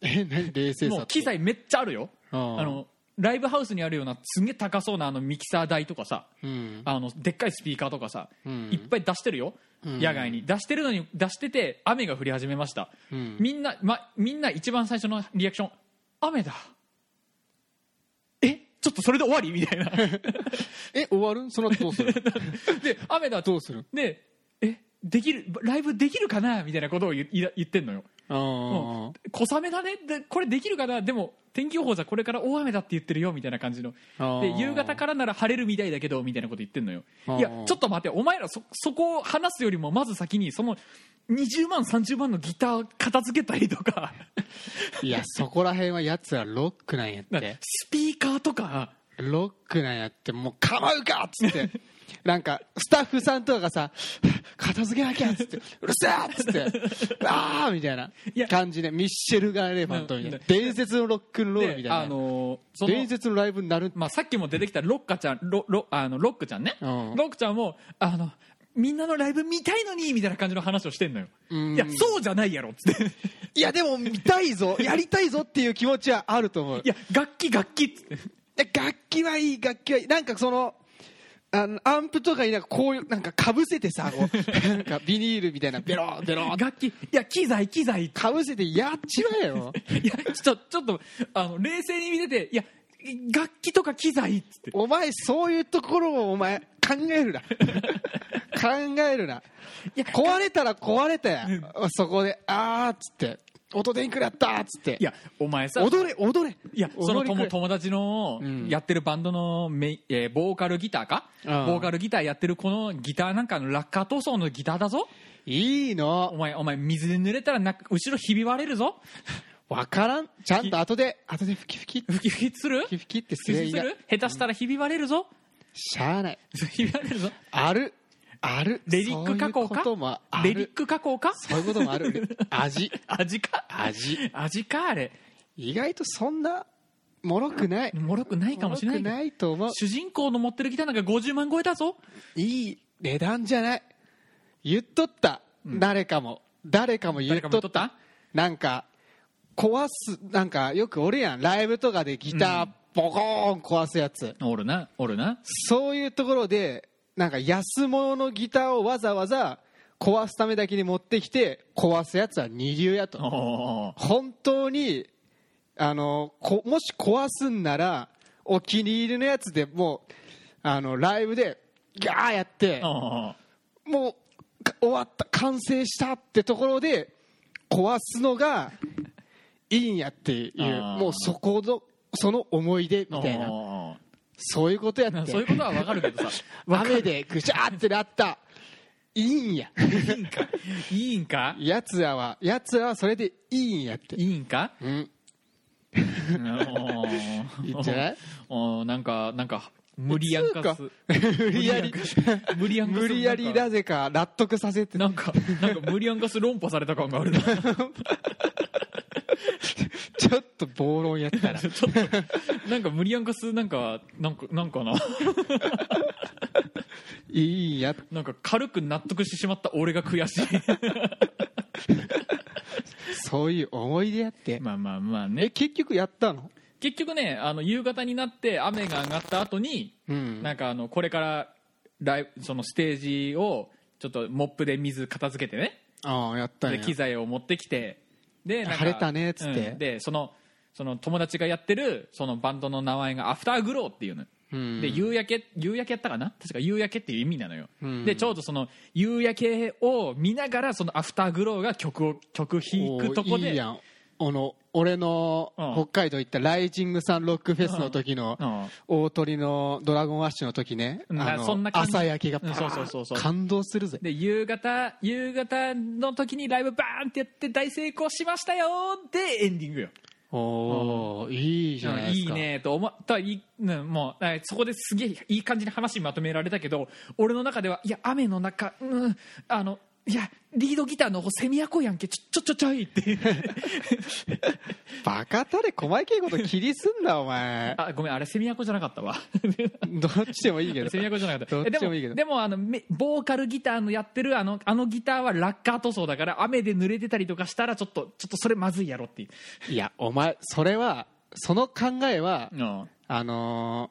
Speaker 2: え何冷静さ
Speaker 1: もう機材めっちゃあるよ
Speaker 2: あ
Speaker 1: あのライブハウスにあるようなすんげえ高そうなあのミキサー台とかさ
Speaker 2: うん
Speaker 1: あのでっかいスピーカーとかさ、
Speaker 2: うん
Speaker 1: いっぱい出してるよ、
Speaker 2: うん
Speaker 1: 野外に出してるのに出してて雨が降り始めました、
Speaker 2: うん
Speaker 1: みんな、ま、みんな一番最初のリアクション雨だえちょっとそれで終わりみ たいな
Speaker 2: え終わるその後どうする
Speaker 1: で雨だ
Speaker 2: どうする
Speaker 1: でえできるライブできるかなみたいなことを言い言ってんのよ
Speaker 2: ああ
Speaker 1: 小雨だねでこれできるかなでも天気予報じゃこれから大雨だって言ってるよみたいな感じの
Speaker 2: あ
Speaker 1: で
Speaker 2: ー
Speaker 1: 夕方からなら晴れるみたいだけどみたいなこと言ってんのよ
Speaker 2: あー
Speaker 1: いやちょっと待ってお前らそそこを話すよりもまず先にその20万30万のギター片付けたりとか
Speaker 2: いやそこら辺はやつらロックなんやっ
Speaker 1: なん
Speaker 2: て
Speaker 1: かスピーカーとか
Speaker 2: ロックなんやってもう構うかっつって なんかスタッフさんとかがさ「片付けなきゃ」っ つって「うるせえ!」っつって「ああ!」みたいない
Speaker 1: や
Speaker 2: 感じでミッシェル・ガーレファントみたいな
Speaker 1: うん
Speaker 2: 伝説のロックンロールみ
Speaker 1: で
Speaker 2: た
Speaker 1: あ
Speaker 2: いな
Speaker 1: のーその
Speaker 2: 伝説のライブになる
Speaker 1: まあ、さっきも出てきたロッカちゃんロロあのロックちゃんね、
Speaker 2: うん
Speaker 1: ロックちゃんもあのみんなのライブ見たいのにみたいな感じの話をしてんのよ
Speaker 2: うん
Speaker 1: いやそうじゃないやろっつって
Speaker 2: いやでも見た いぞやりたいぞっていう気持ちはあると思う
Speaker 1: いや楽器楽器っつって
Speaker 2: で楽器はいい楽器はいいなんかそのあのアンプとかになんかこういうなんかかぶせてさ こうなんかビニールみたいなベローベロー
Speaker 1: 楽器いや機材機材い
Speaker 2: かぶせてやっちまえよ
Speaker 1: やちょちょっとあの冷静に見てていや楽器とか機材っつって
Speaker 2: お前そういうところをお前考 えるな考えるない
Speaker 1: や
Speaker 2: 壊れたら壊れたやそこであーっつって音でいくらやったーっつって
Speaker 1: いやお前さ
Speaker 2: 踊れ踊れ
Speaker 1: いやその
Speaker 2: 踊りくら
Speaker 1: 友友達の
Speaker 2: うん
Speaker 1: やってるバンドのメイ、えーボーカルギターか、
Speaker 2: うん
Speaker 1: ボーカルギターやってるこのギターなんかの落下塗装のギターだぞ
Speaker 2: いい
Speaker 1: お
Speaker 2: の
Speaker 1: 前お前水で濡れたらな後ろひび割れるぞ
Speaker 2: わからんちゃんと後で後でふきふき
Speaker 1: 吹き吹きする
Speaker 2: ふきふきってす
Speaker 1: 吹
Speaker 2: りゃい
Speaker 1: き
Speaker 2: い
Speaker 1: す
Speaker 2: が
Speaker 1: る下手したらひび割れるぞ
Speaker 2: しゃあない
Speaker 1: ひび割れるぞ
Speaker 2: あるある
Speaker 1: レリック加工
Speaker 2: そういうこ
Speaker 1: か
Speaker 2: ともある
Speaker 1: レリック加工か
Speaker 2: そういうこともある味
Speaker 1: 味か
Speaker 2: 味
Speaker 1: 味かあれ
Speaker 2: 意外とそんなもろくない
Speaker 1: もろくないかもしれない
Speaker 2: も
Speaker 1: け
Speaker 2: ろく
Speaker 1: ど
Speaker 2: ないと思う
Speaker 1: 主人公の持ってるギターなんか50万超えたぞ
Speaker 2: いい値段じゃない言っとった、誰かも誰かも言っとった
Speaker 1: 誰かも言っと
Speaker 2: なんか壊すなんかよくおるやんライブとかでギターボコーン壊すやつ、
Speaker 1: おるなおるな
Speaker 2: そういうところでなんか安物のギターをわざわざ壊すためだけに持ってきて壊すやつは二流やと
Speaker 1: おお
Speaker 2: 本当にあのこもし壊すんならお気に入りのやつでもうあのライブでガーやって
Speaker 1: おお
Speaker 2: もうか終わった完成したってところで壊す のがいいんやっていう
Speaker 1: あー
Speaker 2: もうそこのその思い出みたいな
Speaker 1: な
Speaker 2: そういうことやって
Speaker 1: そういうことはわかるけどさ
Speaker 2: 雨でぐちゃーってなったいいんや
Speaker 1: いいんかいいんか
Speaker 2: やつらはやつらはそれでいいんやって
Speaker 1: いいんか
Speaker 2: うん
Speaker 1: い
Speaker 2: いいんじゃない
Speaker 1: おーなんかなんか無理やんかす
Speaker 2: つうか無理やり
Speaker 1: 無理やんかす
Speaker 2: 無理やりなぜか納得させて
Speaker 1: なんかなんか無理やんかす論破された感があるなち
Speaker 2: ちょっと暴論 やったら
Speaker 1: ょっとなんか無理やんかすなんかなんかなんかない
Speaker 2: いんや
Speaker 1: なんか軽く納得してしまった俺が悔し
Speaker 2: そういう思い出やっ
Speaker 1: い
Speaker 2: て
Speaker 1: まあまあまあ
Speaker 2: え
Speaker 1: ね
Speaker 2: 結局やったの
Speaker 1: 結局ねあの夕方になって雨が上がった後に
Speaker 2: うん
Speaker 1: なんかあのこれからライブそのステージをちょっとモップで水片付けてね
Speaker 2: ああやった
Speaker 1: で
Speaker 2: ね
Speaker 1: 機材を持ってきてでなんか
Speaker 2: 晴れたねっつって
Speaker 1: うんでそのその友達がやってるそのバンドの名前がアフターグローっていうの、
Speaker 2: うん
Speaker 1: で夕焼け夕焼けやったかな確か夕焼けっていう意味なのよ、
Speaker 2: うん
Speaker 1: でちょうどその夕焼けを見ながらそのアフターグローが曲を曲弾くとこ
Speaker 2: おー
Speaker 1: で
Speaker 2: いいやんあの俺の
Speaker 1: うん
Speaker 2: 北海道行ったライジングサンロックフェスの時の
Speaker 1: うん
Speaker 2: 大鳥のドラゴンアッシュの時ね
Speaker 1: うん
Speaker 2: あ
Speaker 1: そん
Speaker 2: の
Speaker 1: な感じ
Speaker 2: 朝焼けがパー
Speaker 1: うんそうそうそうそう
Speaker 2: 感動するぜ
Speaker 1: で夕方夕方の時にライブバーンってやって大成功しましたよでエンディングよ
Speaker 2: おおいいじゃないで
Speaker 1: い
Speaker 2: す
Speaker 1: い
Speaker 2: か
Speaker 1: ねと思ったいいうんもうあそこですげえいい感じに話まとめられたけど俺の中ではいや雨の中、うん、あのいやリードギターの方セミアコやんけちょちょちょちょいって いう
Speaker 2: バカたれ細けいこと気にすんなお 前
Speaker 1: あごめんあれセミアコじゃなかった わ
Speaker 2: どっちでもいいけど
Speaker 1: セミアコじゃなかった
Speaker 2: どっ
Speaker 1: えで
Speaker 2: ちでもいいけど
Speaker 1: でもあのめボーカルギターのやってるあのあのギターはラッカー塗装だから雨で濡れてたりとかしたらちょっとちょっとそれまずいやろっていう、
Speaker 2: いやお前それはその考えは
Speaker 1: うん
Speaker 2: あのー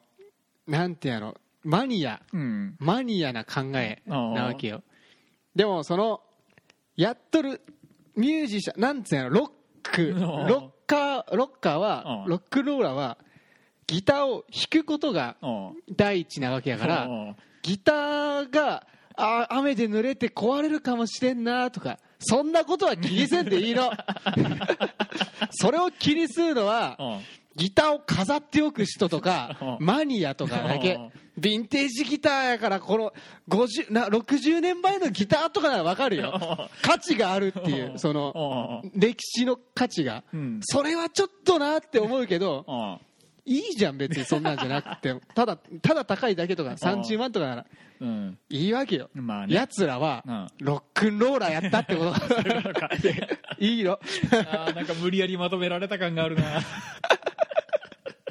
Speaker 2: なんてやろマニア
Speaker 1: うん、
Speaker 2: マニアな考えなわけよでもそのやっとるミュージシャンなんつうのロック
Speaker 1: あー
Speaker 2: ロッカーロッカー
Speaker 1: あ
Speaker 2: は
Speaker 1: ー
Speaker 2: ロックンローラーはギターを弾くことが
Speaker 1: うん
Speaker 2: 第一なわけやか
Speaker 1: う
Speaker 2: ら
Speaker 1: ん
Speaker 2: ギターがあー雨で濡れて壊れるかもしれんなとかそんなことは気にせんでい いのそれを気にするのは
Speaker 1: うん
Speaker 2: ギターを飾っておく人と か
Speaker 1: うん
Speaker 2: マニアとかだ
Speaker 1: う
Speaker 2: け
Speaker 1: ん
Speaker 2: ヴィンテージギターやからこの50な60年前のギターとかなら分かるよ価値があるっていうその
Speaker 1: う
Speaker 2: 歴史の価値が
Speaker 1: うん
Speaker 2: それはちょっとなって思うけど
Speaker 1: うん
Speaker 2: いいじゃん別にそんなんじゃなく てただただ高いだけとか30万とかなら
Speaker 1: うん
Speaker 2: いいわけよ
Speaker 1: まあね
Speaker 2: やつらは
Speaker 1: う
Speaker 2: ロックンローラーやったってこ といいよ
Speaker 1: あーなんか無理やりまとめられた感があるな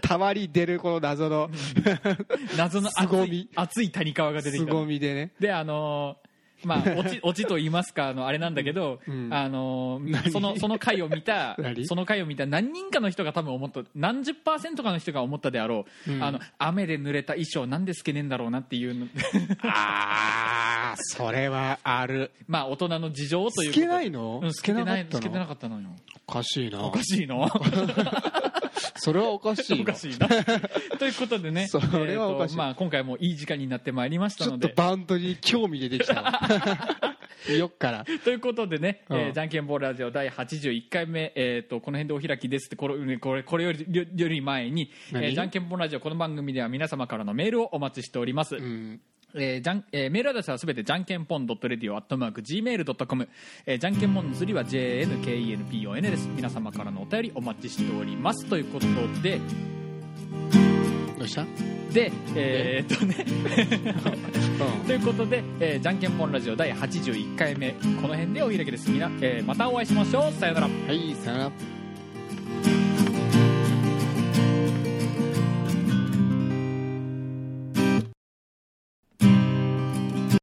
Speaker 2: たまに出るこの謎の
Speaker 1: 謎の熱
Speaker 2: 凄
Speaker 1: い
Speaker 2: み
Speaker 1: 熱い谷川が出てきた
Speaker 2: 凄みでね
Speaker 1: であのーまあオ チオチと言いますかあのあれなんだけど、
Speaker 2: うん
Speaker 1: あのー
Speaker 2: 何
Speaker 1: そのその回を見た
Speaker 2: 何
Speaker 1: その回を見た何人かの人が多分思った何十パーセントかの人が思ったであろう、
Speaker 2: うん
Speaker 1: あの雨で濡れた衣装なんで透けねえんだろうなって いうの
Speaker 2: ああそれはある
Speaker 1: まあ大人の事情ということ
Speaker 2: 透けないの
Speaker 1: うん、透けてない
Speaker 2: 透
Speaker 1: 透
Speaker 2: け
Speaker 1: け
Speaker 2: な
Speaker 1: て
Speaker 2: か
Speaker 1: な
Speaker 2: ったの
Speaker 1: かったのよ
Speaker 2: おかしいな
Speaker 1: おかしい の
Speaker 2: それはおかしい
Speaker 1: お
Speaker 2: な
Speaker 1: か
Speaker 2: ち
Speaker 1: し いなということでね
Speaker 2: それはおかし
Speaker 1: えー
Speaker 2: い
Speaker 1: とまあ、今回もいい時間になってまいりました
Speaker 2: ょ
Speaker 1: の
Speaker 2: っと
Speaker 1: で
Speaker 2: バンドに興味出てき たわ見よっから
Speaker 1: ということでね、えー
Speaker 2: うん
Speaker 1: じゃんけんぽんラジオ第81回目、えー、とこの辺でお開きですってこれこれこれよりよより前に、え
Speaker 2: 何
Speaker 1: ーじゃんけんぽんラジオこの番組では皆様からのメールをお待ちしております、
Speaker 2: うん
Speaker 1: えーじゃんえーメールアドレスはすべてじゃんけんぽん .radio.gmail.com えーじゃんけんぽんの釣りは JNKNPON です皆様からのお便りお待ちしておりますということで
Speaker 3: どうした
Speaker 1: でえーっとねということで、えーじゃんけんぽんラジオ第81回目この辺でお開きですみな、えーまたお会いしましょうさようなら
Speaker 3: はいさよなら